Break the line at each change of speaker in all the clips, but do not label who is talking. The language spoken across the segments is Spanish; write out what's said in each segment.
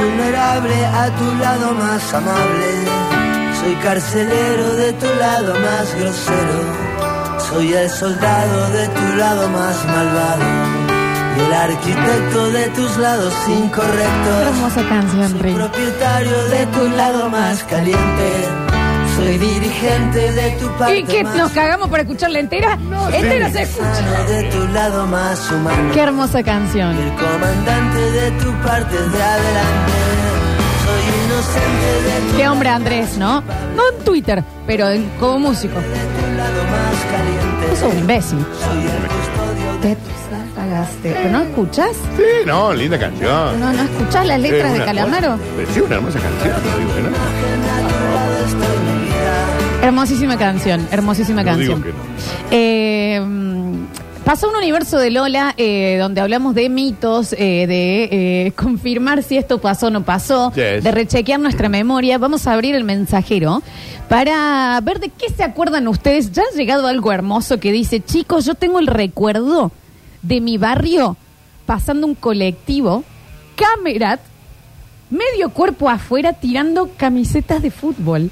culpable, a tu lado más amable. Soy carcelero de tu lado más grosero. Soy el soldado de tu lado más malvado. Y el arquitecto de tus lados incorrectos.
Hermosa canción,
Soy
Rey.
propietario de tu lado más caliente. Soy dirigente de tu parte
¿Y qué?
más
¿Nos cagamos para escucharla entera? Esta no se escucha.
sano, de tu lado más humano.
Qué hermosa canción.
El comandante de tu parte de adelante. Soy inocente de tu,
Qué hombre Andrés, ¿no? No en Twitter, pero en- como músico.
de tu lado más caliente.
Eso es un imbécil.
Soy el custodio de
Te pagaste. ¿Pero no escuchas?
Sí, no, linda canción.
¿No, no escuchas las letras
Eh,
de
una-
Calamaro?
Sí, una hermosa canción, no digo ¿eh? que no.
Hermosísima canción, hermosísima
No digo
canción.
que no.
Eh, mm, Pasó un universo de Lola eh, donde hablamos de mitos, eh, de eh, confirmar si esto pasó o no pasó,
Yes.
de rechequear nuestra memoria. Vamos a abrir el mensajero para ver de qué se acuerdan ustedes. Ya ha llegado algo hermoso que dice, chicos, yo tengo el recuerdo de mi barrio pasando un colectivo, Camerat, medio cuerpo afuera tirando camisetas de fútbol.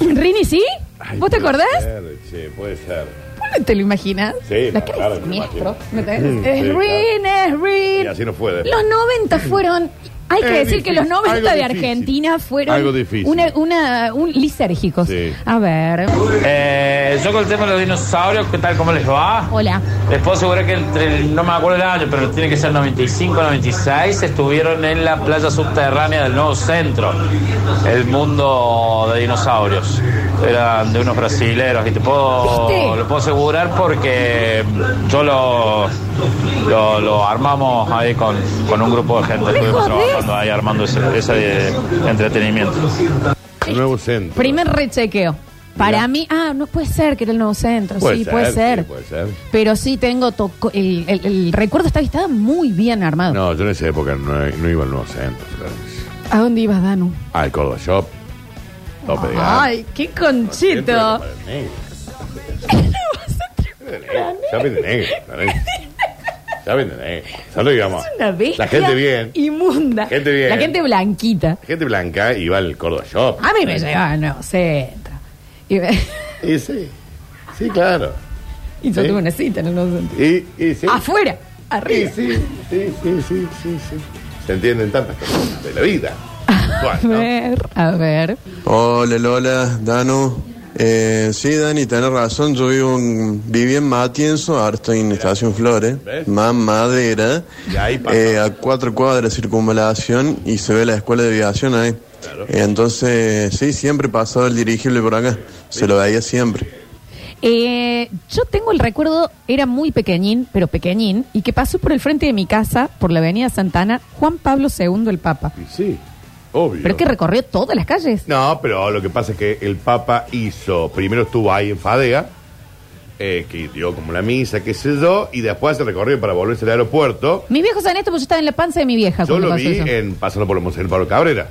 Rini, ¿sí?
Ay,
¿Vos te
puede
acordás?
ser, Sí, puede ser.
¿Vos no te lo imaginas?
Sí,
La cara
claro
de
que me
siniestro.
imagino.
¿Me
Mm,
entendés?
sí,
Es
claro.
Rin, es Rin.
Y así no fue después.
Los 90 fueron. Hay que
Es
decir
difícil,
que los 90 de
algo difícil.
Argentina fueron.
Algo difícil.
Una, una, un lisérgicos.
Sí.
A ver.
Eh, yo con el tema de los dinosaurios, ¿qué tal? ¿Cómo les va?
Hola.
Les puedo asegurar que entre, el- no me acuerdo el año, pero tiene que ser 95, 96, estuvieron en la playa subterránea del nuevo centro, el mundo de dinosaurios. Eran de unos brasileros y te puedo,
¿Viste?
lo puedo asegurar porque yo lo, lo, lo armamos ahí con, con un grupo de gente.
¿Me
Estuvimos
jodés?
trabajando ahí armando ese, ese eh, entretenimiento.
Nuevo centro.
Primer rechequeo. Para
Mirá.
mí, ah, no puede ser que era el nuevo centro.
Puede
sí,
ser,
puede
sí,
ser.
puede ser.
Pero sí tengo toco- el, el- el recuerdo está, estaba muy bien armado.
No, yo en esa época no, no iba al nuevo centro. claro.
¿A dónde ibas, Danu?
Al Córdoba Shop. Tope de gama.
Ay, qué
Ah. Siempre era
conchito.
para el negro. Shopping de negro. Florencia. Shopping de negro. Ya lo digamos.
Una bestia
La gente bien.
Inmunda.
Gente bien.
La gente blanquita.
La gente blanca iba al Córdoba Shop.
A mí me llevaba al Nuevo Centro. Y, me-
Y sí. Sí, claro.
y yo
¿Sí?
tuve una cita en el Nuevo Centro.
Y, y sí.
Afuera,
Sí,
arriba.
sí, sí, sí, sí, sí, sí. Se entienden tantas cosas de la vida.
A
Bueno, ¿no?
ver, a ver.
Hola Lola, Danu. Eh, sí, Dani, tenés razón. Yo vivo en, viví en Matienzo, ahora estoy en Estación Flores,
¿Ves?
más madera,
Y ahí pasa.
eh, a cuatro cuadras de circunvalación y se ve la escuela de aviación ahí.
Claro.
Eh, entonces, sí, siempre pasaba el dirigible por acá, se lo veía siempre.
Eh, yo tengo el recuerdo, era muy pequeñín, pero pequeñín, y que pasó por el frente de mi casa, por la avenida Santana, Juan Pablo II, el Papa.
Y sí, obvio.
Pero que recorrió todas las calles.
No, pero lo que pasa es que el Papa hizo, primero estuvo ahí en Fadea, eh, que dio como la misa, qué sé yo, y después se recorrió para volverse al aeropuerto.
Mis viejos saben esto porque pues yo estaba en la panza de mi vieja.
Yo
cuando
lo
pasó
vi eh,
eso.
en, pasando por el Monseñor Pablo Cabrera.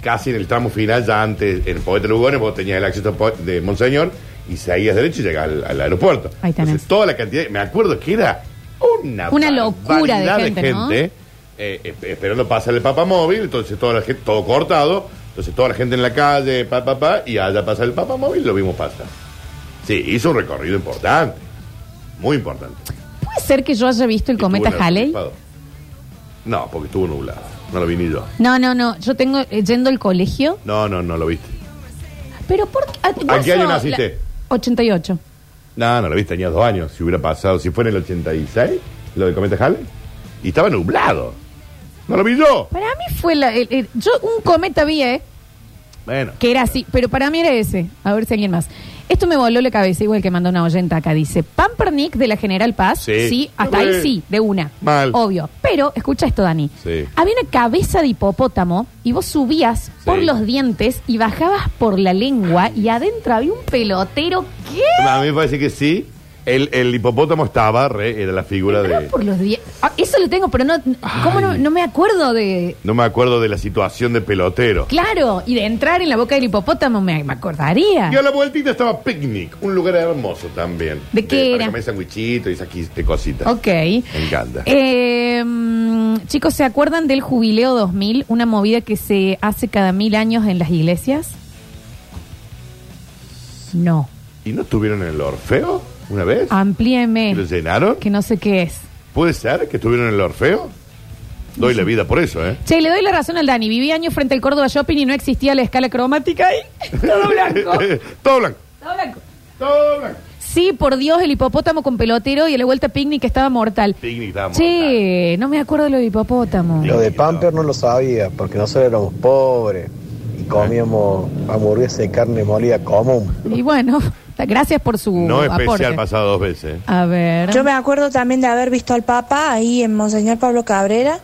Casi en el tramo final, ya antes, en el Poeta Lugones, vos tenías el acceso a Po- de Monseñor y seguías derecho y llegabas al, al aeropuerto.
Ahí tenés.
Entonces, toda la cantidad, me acuerdo que era una,
Una locura de
barbaridad
gente, ¿no?
eh, esp- esperando pasar el Papa Móvil, entonces toda la gente, todo cortado, entonces toda la gente en la calle, pa, pa, pa, y allá pasa el Papa Móvil, lo vimos pasar. Sí, hizo un recorrido importante, muy importante.
¿Puede ser que yo haya visto el
Estuvo
cometa
nublado.
Halley?
No, porque estuvo nublado. No lo vi ni yo.
No, no, no. Yo tengo, eh, yendo al colegio,
No, no, no lo viste.
Pero ¿por qué? Ah, vos
¿A qué año
sos
naciste?
la- 88.
No, no lo viste. Tenía dos años. Si hubiera pasado, si fue en el 86, lo del cometa Halley, y estaba nublado. No lo vi yo.
Para mí fue la... el- el- yo un cometa vi, ¿eh?
Bueno.
Que era así, pero para mí era ese. A ver si alguien más. Esto me voló la cabeza, igual que mandó una oyenta acá. Dice, Pampernick de la General Paz. Sí.
Sí.
hasta ahí
Sí.
sí, de una.
Mal.
Obvio. Pero, escucha esto, Dani.
Sí.
Había una cabeza de hipopótamo y vos subías por los dientes y bajabas por la lengua y adentro había un pelotero que...
A mí me parece que sí. El, el hipopótamo estaba, re, era la figura
Entraba
de...
por los dientes. Ah, eso lo tengo, pero no... ¿Cómo no,
Ay.
no me acuerdo de...?
No me acuerdo de la situación de pelotero.
Claro, y de entrar en la boca del hipopótamo me, me acordaría.
Y a la vueltita estaba Picnic, un lugar hermoso también.
¿De qué
para
era?
comer sandwichito y esas quis- cositas.
Ok. Me
encanta.
Eh, mm, mm, chicos, ¿se acuerdan del Jubileo 2000? Una movida que se hace cada mil años en las iglesias. No.
¿Y no estuvieron en el Orfeo una vez?
Ah, Amplíeme.
¿Y lo llenaron?
Que no sé qué es.
¿Puede ser que estuvieron en el Orfeo? Doy la vida por eso, ¿eh?
Che, le doy la razón al Dani. Viví años frente al Córdoba Shopping y no existía la escala cromática ahí. Todo blanco.
Todo blanco.
Todo blanco.
Todo blanco.
Sí, por Dios, el hipopótamo con pelotero y a la vuelta picnic estaba mortal.
Picnic estaba
Che, no me acuerdo de lo del hipopótamo.
Lo de Pamper no lo sabía, porque nosotros éramos pobres y comíamos hamburguesas de carne molida común.
Y bueno, gracias por su
No especial,
Uh, aporte.
pasado dos veces.
A ver.
Yo me acuerdo también de haber visto al Papa ahí en Monseñor Pablo Cabrera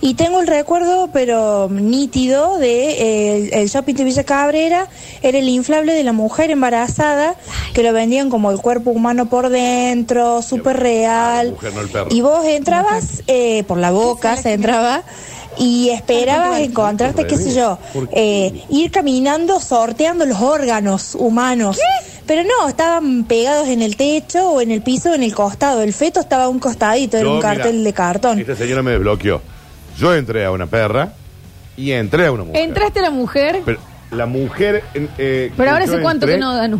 y tengo el recuerdo, pero nítido, de eh, el, el shopping de Villa Cabrera, era el inflable de la mujer embarazada que lo vendían como el cuerpo humano por dentro, súper
La
real.
mujer, no el perro.
Y vos entrabas eh, por la boca, se entraba. Y esperabas encontrarte, qué sé yo, eh, ir caminando, sorteando los órganos humanos. Pero no, estaban pegados en el techo o en el piso o en el costado. El feto estaba a un costadito, era
Yo,
un
mira,
cartel de cartón.
Esta señora me desbloqueó. Yo entré a una perra y entré a una mujer.
Entraste la mujer, pero,
Pero la mujer. en- eh,
ahora
yo
sé cuánto
entré-
que no, Danu.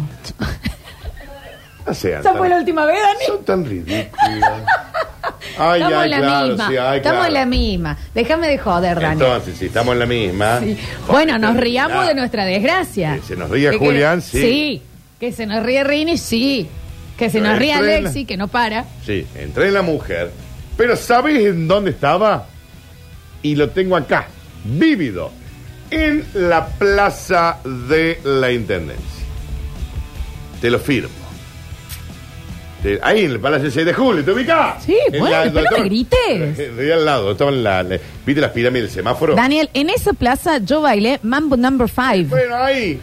No sean
Esa
tan-
fue la última vez, Dani.
Son tan ridículas. Ay,
Estamos
ay,
en la
claro,
misma.
sí, ay,
Estamos
claro.
en la misma. Déjame de joder, Dani.
Entonces, si estamos en la misma.
Sí.
Joder,
Bueno, nos
qué
riamos
realidad.
de nuestra desgracia.
Que se nos ría
Que- que-
Julián, sí.
Sí. Que se nos ríe Rini, sí. Que se
Pero
nos ría
estrena.
Alexi, que no para.
Sí, entré en la mujer. Pero ¿sabes en dónde estaba? Y lo tengo acá, vívido, en la plaza de la Intendencia. Te lo firmo. Te- ahí en el Palacio 6 de Julio, ¿te ubicás?
Sí,
En
bueno, pero no
estaban-
me grites.
De al lado, estaban la, la- ¿Viste las pirámides del semáforo?
Daniel, en esa plaza yo bailé Mambo Number 5.
Bueno, ahí.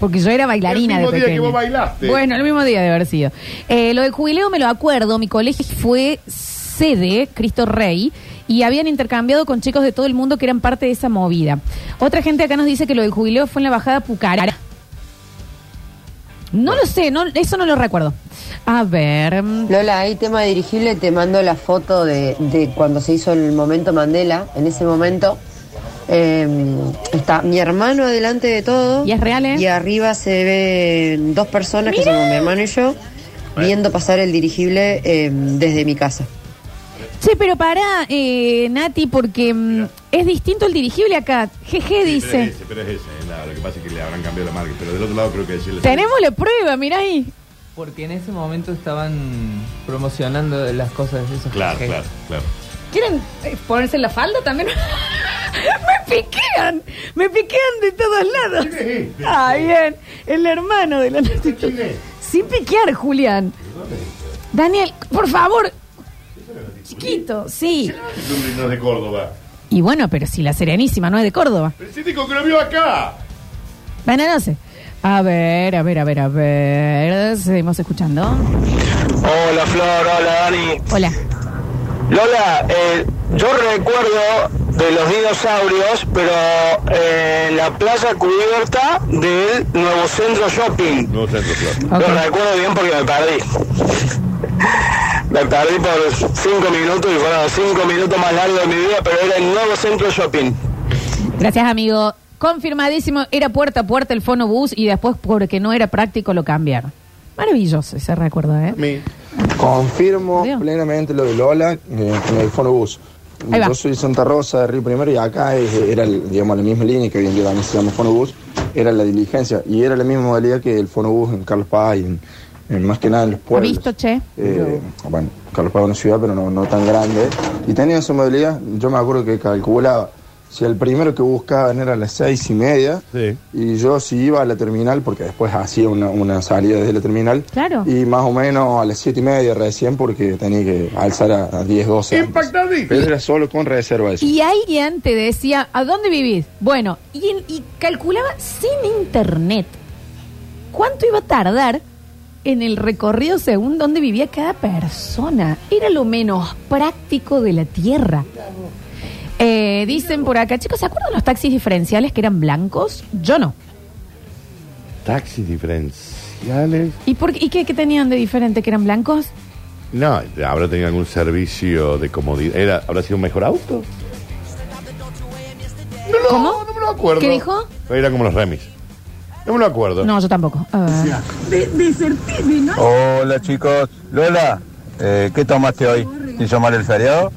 Porque yo era bailarina
El mismo
de
día que
pequeña.
vos bailaste.
Bueno, el mismo día de haber sido. Eh, lo del jubileo me lo acuerdo. Mi colegio fue sede, Cristo Rey, y habían intercambiado con chicos de todo el mundo que eran parte de esa movida. Otra gente acá nos dice que lo del jubileo fue en la bajada Pucará. No lo sé, no, eso no lo recuerdo. A ver. mm,
Lola, ahí tema dirigible, te mando la foto de, de cuando se hizo el momento Mandela. En ese momento eh, está mi hermano adelante de todo.
¿Y es real, eh?
Y arriba se ven dos personas que
Mirá.
somos mi hermano y yo, viendo pasar el dirigible eh, desde mi casa.
Che, pero pará, eh, Nati, porque mm, es distinto el dirigible acá. Jeje,
Pero es
dice.
ese, pero es ese. nada, lo que pasa es que le habrán cambiado la marca. Pero del otro lado creo que es el.
Tenemos la prueba, mirá ahí.
Porque en ese momento estaban promocionando las cosas de esos
Claro,
trajes.
claro, claro.
¿Quieren eh, ponerse en la falda también? me piquean, me piquean de todos lados.
¿Quién es este?
Ah, bien, el hermano de la noche.
quién es?
Sin piquear, Julián. Daniel, por favor. Chiquito, sí.
No es de Córdoba.
Y bueno, pero si la Serenísima no es de Córdoba.
Pero el síndico que lo vio acá.
Bueno, no sé. A ver, a ver, a ver, a ver. Seguimos escuchando.
Hola Flor, hola Dani.
Hola.
Lola, eh, yo recuerdo de los dinosaurios, pero eh, en la playa cubierta del nuevo centro shopping.
No centro, claro.
Ok.
Lo recuerdo bien porque me perdí. Me perdí por cinco minutos y fueron los cinco minutos más largos de mi vida, pero era el nuevo centro shopping.
Gracias, amigo. Confirmadísimo, era puerta a puerta el fonobús y después, porque no era práctico, lo cambiaron. Maravilloso ese recuerdo, ¿eh?
Mi-
Confirmo
Adiós.
plenamente lo de Lola eh, con el fonobús.
Ahí va.
Yo soy de Santa Rosa de Río Primero y acá es- era, el- digamos, la misma línea que hoy en día también se llama fonobús, era la diligencia y era la misma modalidad que el fonobús en Carlos Paz y en, en más que nada en los pueblos.
visto, che?
Eh, bueno, Carlos Paz es una ciudad, pero no, no tan grande. Y tenía esa modalidad, yo me acuerdo que calculaba, si el primero que buscaban era a las seis y media,
Sí.
y yo si iba a la terminal, porque después hacía una, una salida desde la terminal,
Claro.
y más o menos a las siete y media recién, porque tenía que alzar a, a 10, 12. antes.
Impactadísimo.
Pero era solo con reserva eso.
Y alguien te decía, ¿a dónde vivís? Bueno, y, y calculaba sin internet cuánto iba a tardar en el recorrido según dónde vivía cada persona. Era lo menos práctico de la tierra. Eh, dicen por acá, chicos, ¿se acuerdan los taxis diferenciales que eran blancos? Yo no.
Taxis diferenciales.
¿Y, por, qué- y qué, qué tenían de diferente que eran blancos?
No, habrá tenido algún servicio de comodidad. Era, ¿Habrá sido un mejor auto? No, lo-
¿Cómo?
No me lo acuerdo.
¿Qué dijo?
Era como los remis. No me lo acuerdo.
No, yo tampoco. A ver.
Hola chicos, Lola, eh, ¿qué tomaste hoy? ¿Hizo mal el feriado?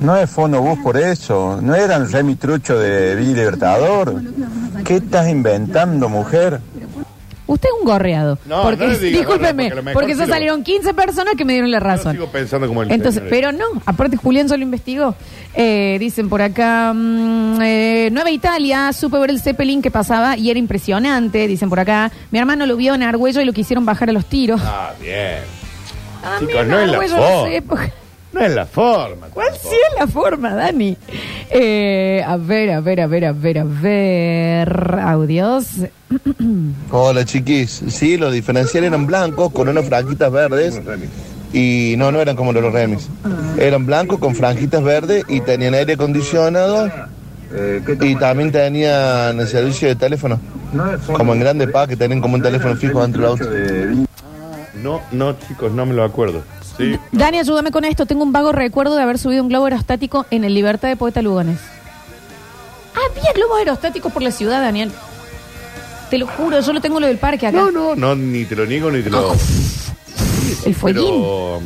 No es fonobús por eso, no eran semitrucho de Villa Libertador. ¿Qué estás inventando, mujer?
Usted es un gorreado.
No,
porque,
no le diga,
discúlpeme,
gorreado, porque a lo
porque,
mejor
se
sí lo-
salieron 15 personas que me dieron la razón.
Sigo pensando como el
Entonces,
señor. este.
pero no, aparte Julián solo investigó. Eh, dicen por acá, mm, eh, Nueva Italia, supe ver el Zeppelin que pasaba y era impresionante. Dicen por acá, mi hermano lo vio en Argüello y lo quisieron bajar a los tiros.
Ah, bien.
A mí
Chicos,
en
no es la
Argüello no sé,
forma.
porque-
No es la forma.
¿Cuál sí es la forma, Dani? Eh, a ver, a ver, a ver, a ver, a ver. Audios.
Hola chiquis, sí, los diferenciales eran blancos con unas franjitas verdes y no, no eran como los remis. Eran blancos con franjitas verdes y tenían aire acondicionado y también tenían el servicio de teléfono. Como en grande pa que tenían como un teléfono fijo dentro del auto.
No, no, chicos, no me lo acuerdo. Sí.
Dani, ayúdame con esto. Tengo un vago recuerdo de haber subido un globo aerostático en el Libertad de Poeta Lugones. Había globos aerostáticos por la ciudad, Daniel. Te lo juro, yo lo tengo lo del parque acá.
No, no, no, ni te lo niego ni te lo.
El Oh, fueguín.
Pero,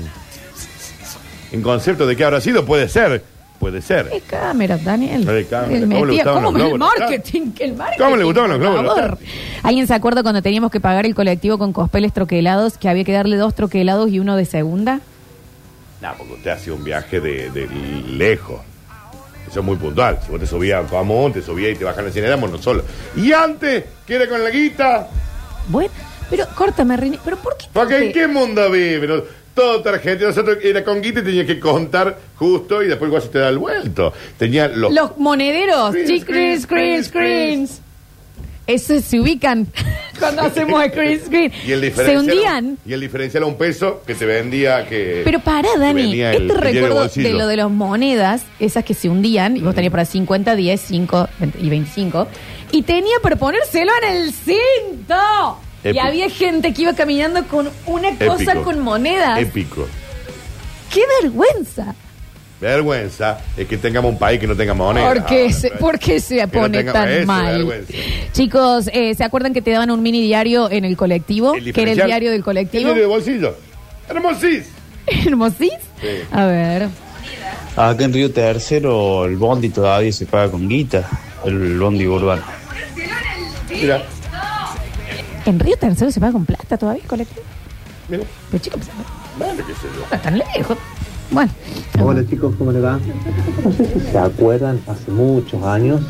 en concepto de qué habrá sido, puede ser. Puede ser.
Qué cámara, Daniel.
Qué cámara,
El
¿cómo le
metía-
gustaban
¿cómo
los
el
globos?
marketing? que el marketing?
¿Cómo le gustaban los
por
globos?
favor? ¿Alguien se acuerda cuando teníamos que pagar el colectivo con cospeles troquelados que había que darle dos troquelados y uno de segunda?
No, porque usted hacía un viaje de, de lejos. Eso es muy puntual. Si vos te subías a Pamón, te subías y te bajan la cine, éramos nosotros. Y antes, ¿qué era con la guita?
Bueno, pero córtame, Rini. ¿Pero por qué?
Porque en qué mundo vive. No, Todo tarjeta, nosotros era con guita y tenía que contar justo y después el guaso te da el vuelto. Tenía los.
Los monederos.
Screen,
Chic,
screen,
Screen, screen,
screen,
screens. Esos se ubican cuando hacemos screen, screen.
y el
se
diferencial.
hundían.
Y el diferencial a un peso que te vendía que.
Pero para,
Eh, que
Dani,
venía el-
este
que venía en el
recuerdo de
bolsillo. Mm.
lo de las monedas, esas que se hundían, y vos tenías para 50, 10, 5 20 y 25, y tenía para ponérselo en el cinto. Y
Épico.
había gente que iba caminando con una cosa
Épico.
con monedas.
Épico.
¡Qué vergüenza!
Vergüenza es que tengamos un país que no tenga moneda. Ah,
¿Por qué, se, por qué se
Que no
pone
tenga-
tan
eso,
mal?
vergüenza.
Chicos, eh, ¿se acuerdan que te daban un mini diario en el colectivo? que era el
diferencial.
diario del colectivo.
El diario de bolsillo. Hermosís.
¿Hermosís? A ver.
Acá en Río Tercero el bondi todavía se paga con guita, el bondi urbano.
Mira,
¿En Río Tercero se paga con plata todavía el colectivo?
mira.
Pero chicos, pues,
Bueno, qué sé yo.
no tan lejos. Bueno.
Hola chicos, ¿cómo le va? No sé si se acuerdan, hace muchos años,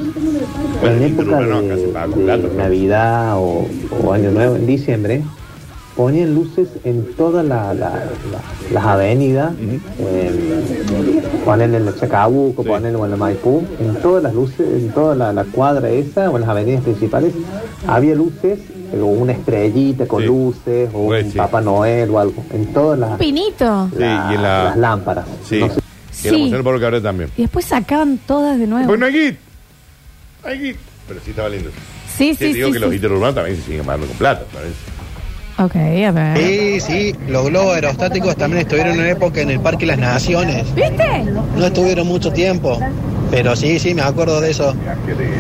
en época de, de Navidad o, o Año Nuevo, en diciembre, ponían luces en todas la- la- la- las avenidas, eh, ponen en el Chacabuco, ponen en la Maipú, en todas las luces, en toda la, la cuadra esa o en las avenidas principales, había luces, o una estrellita con luces, o un Papá Noel o algo, en todas las,
Pinito.
la-
y en la-
las lámparas.
Sí.
No sé.
Y la
Sí.
emoción por cabrón también.
Y después sacaban todas de nuevo.
Pues no hay git. Hay git. Pero sí estaba lindo.
Sí,
Te
sí,
digo
sí,
que los
sí.
interurbanos también se siguen pagando con plata. ¿sabes?
Ok, a ver.
Sí, sí, los globos aerostáticos también estuvieron en una época en el Parque Las Naciones.
¿Viste?
No estuvieron mucho tiempo, pero sí, sí, me acuerdo de eso.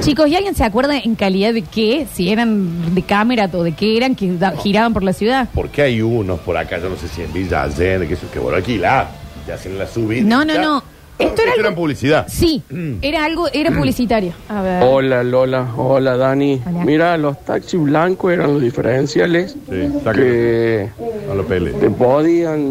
Chicos, ¿y alguien se acuerda en calidad de qué? Si eran de cámara o de qué eran que da- giraban por la ciudad.
¿Por qué hay unos por acá? Yo no sé si en Villa Allende, que eso que por aquí la. Te hacen la subida.
No, no, no. Esto era
Eran
algo,
publicidad.
sí,
Mm.
era algo, era publicitario. A ver.
Oh,
Hola Lola, hola Dani. Mira, los taxis blancos eran los diferenciales que te podían...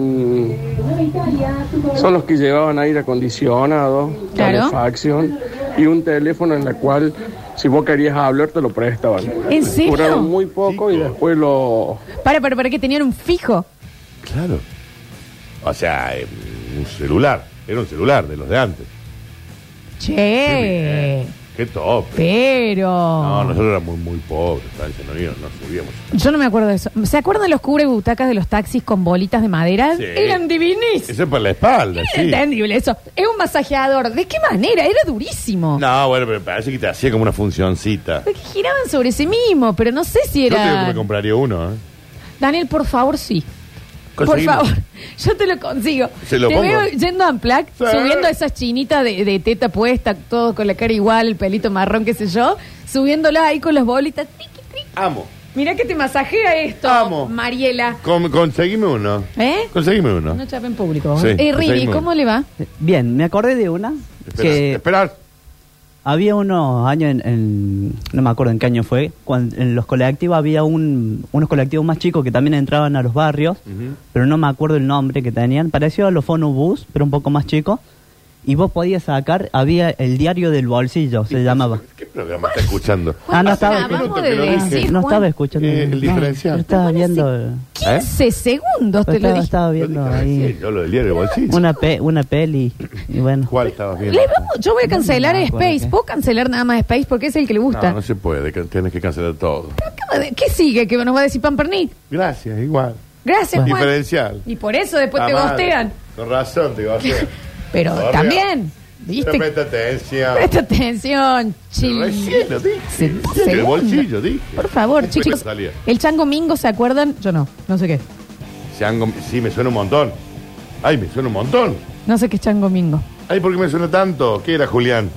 Son los que llevaban aire acondicionado,
Claro.
calefacción y un teléfono en la cual si vos querías hablar te lo prestaban.
¿En serio?
Duraron muy poco y después lo...
Para, para, para que tenían un fijo.
Claro. O sea, eh, un celular. Era un celular de los de antes.
Che,
Qué top.
pero.
No, nosotros éramos muy, muy pobres. ¿sabes? No, no subíamos.
Yo no me acuerdo de eso. ¿Se acuerdan los cubre butacas de los taxis con bolitas de madera?
Sí.
Eran divinis.
Eso es para la espalda, sí.
Entendible eso. Es un masajeador. ¿De qué manera? Era durísimo.
No, bueno, pero parece que te hacía como una funcioncita.
Porque giraban sobre sí mismo, pero no sé si
Yo te digo que
era.
me compraría uno, ¿eh?
Daniel, por favor, sí. Por
Conseguimos.
favor. Yo te lo consigo.
Se lo
te
pongo.
veo yendo a Amplac, subiendo esas chinitas de, de teta puesta, todo con la cara igual, el pelito marrón, qué sé yo, subiéndola ahí con las bolitas.
Amo.
Mira que te masajea esto, Mariela.
Con- conseguime uno.
¿eh?
Conseguime uno.
No chapen público.
Sí, Ah,
eh, Rini,
seguimos.
¿cómo le va?
Bien, me acordé de una.
Espera, esperar.
Había unos años, en, en- no me acuerdo en qué año fue, cuando en los colectivos había un, unos colectivos más chicos que también entraban a los barrios, pero no me acuerdo el nombre que tenían. Pareció a los Fonobús, pero un poco más chico. Y vos podías sacar, había el diario del bolsillo, se llamaba.
¿Qué programa está escuchando?
Ah, no estaba,
Acabamos de
no
decir,
no
Juan.
estaba escuchando.
Eh, el
No,
diferencial.
yo estaba viendo. el-
15
¿Eh?
segundos te lo
Estaba,
dije.
estaba viendo ahí
Yo lo del diario bolsillo.
una, pe- una peli. Y bueno.
¿Cuál estabas viendo?
Le vamos- yo voy a cancelar
No me acuerdo
Space.
qué.
¿Puedo cancelar nada más Space? Porque es el que le gusta.
No, no se puede, que- tienes que cancelar todo.
Acaba de- ¿Qué sigue? Que nos va a decir Pampernick.
Gracias, igual.
Gracias, Juan.
Diferencial.
Y por eso después
Ah,
te
madre.
gostean.
Con razón te iba a hacer.
Pero
Correa.
también, ¿viste?
Presta atención.
Presta atención, chile.
Recién lo dije.
se-
El bolsillo, dije.
Por favor, chicos.
Salía.
El chango mingo, ¿se acuerdan? Yo no, no sé qué.
Se han gom- Sí, me suena un montón. Ay, me suena un montón.
No sé qué es chango mingo.
Ay, ¿por qué me suena tanto? ¿Qué era, Julián?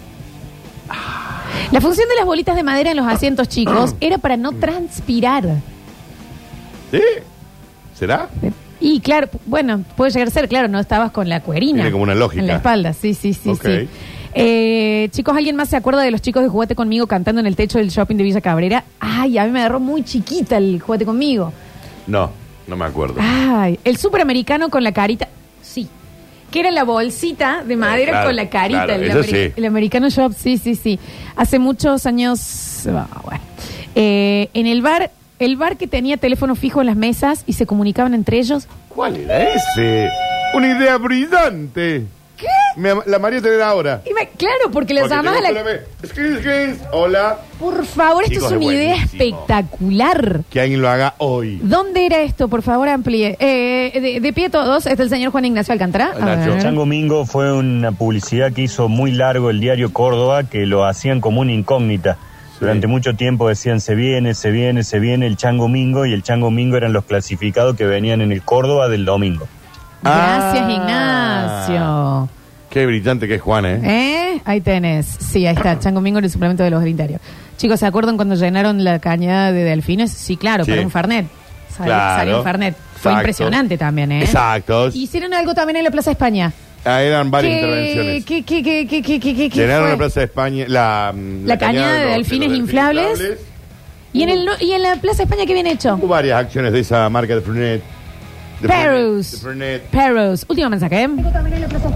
La función de las bolitas de madera en los asientos, chicos, era para no transpirar.
¿Sí? ¿Eh? ¿Será?
Y claro, bueno, puede llegar a ser, claro, no estabas con la cuerina.
Tiene como una lógica.
En la espalda, sí, sí, sí,
Ok.
sí. Eh, chicos, ¿alguien más se acuerda de los chicos de Jugate Conmigo cantando en el techo del shopping de Villa Cabrera? Ay, a mí me agarró muy chiquita el Jugate Conmigo.
No, no me acuerdo.
Ay, el superamericano con la carita, sí. Que era la bolsita de madera
claro,
con la carita.
claro,
el,
eso
ameri-
sí.
el americano shop, sí, sí, sí. Hace muchos años, ah, bueno. Eh, en el bar, el bar que tenía teléfono fijo en las mesas y se comunicaban entre ellos.
¿Cuál era ese? Una idea brillante. ¿Qué? la María te da ahora.
Y me- claro, porque la
Porque
llamás a
te
la...
gusta la- Screen, screen. Hola.
Por favor, esto
Chicos,
es una
es
idea
buenísimo.
espectacular.
Que alguien lo haga hoy.
¿Dónde era esto? Por favor, amplíe. Eh, de, de pie todos, está el señor Juan Ignacio Alcantara. A ver.
Chango Mingo fue una publicidad que hizo muy largo el diario Córdoba, que lo hacían como una incógnita. Durante mucho tiempo decían se viene, se viene, se viene el Chango Mingo y el Chango Mingo eran los clasificados que venían en el Córdoba del domingo.
Gracias,
Ah.
Ignacio.
Qué brillante que es Juan, ¿eh?
¿Eh? Ahí tenés. Sí, ahí está. Chango Mingo en el suplemento de los sanitarios. Chicos, ¿se acuerdan cuando llenaron la cañada de delfines? Sí, claro,
Sí.
para un Fernet. Sal-
Claro.
Salió un Fernet. Fue
Exacto.
impresionante también, ¿eh?
Exacto.
Hicieron algo también en la Plaza España.
Ah, eran varias
¿Qué-
intervenciones.
qué- qué- qué- qué- qué- qué- qué
Llenaron
fue?
la Plaza de España, la, mm,
La
la
cañada de
los-
delfines
los
inflables. ¿Y en, el, no- ¿Y en la Plaza España qué bien hecho?
Hubo varias acciones de esa marca de Frunet. De
Perus.
Frunet, de Frunet.
Perros. Último mensaje. ¿eh?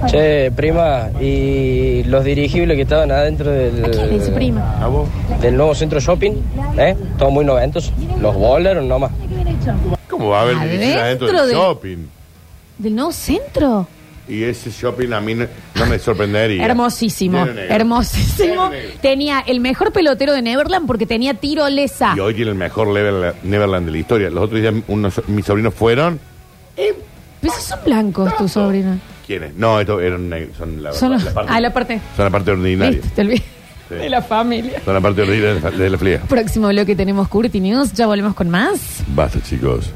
Che, prima, y los dirigibles que estaban adentro del.
quién
Eh,
dice prima?
¿A vos? Del nuevo centro shopping, ¿eh? Todo muy noventos. Los volaron nomás.
¿Cómo va a haber
Adentro
dirigibles adentro del
del-
shopping?
¿Del nuevo centro?
Y ese shopping a mí no, no me sorprendería.
Hermosísimo.
Negro, negro.
Hermosísimo. Tenía el mejor pelotero de Neverland porque tenía tirolesa.
Y hoy tiene el mejor Neverland, Neverland de la historia. Los otros días unos, mis sobrinos fueron.
Pero esos son blancos, tu sobrina.
¿Quiénes? No, estos eran negros. Son la,
Son
la
los-
parte,
ah, la parte.
son la parte ordinaria.
Listo, te olvidé.
Sí.
De la familia.
Son la parte ordinaria de la, de la fría.
Próximo bloque tenemos Curti News. Ya volvemos con más.
Basta, chicos.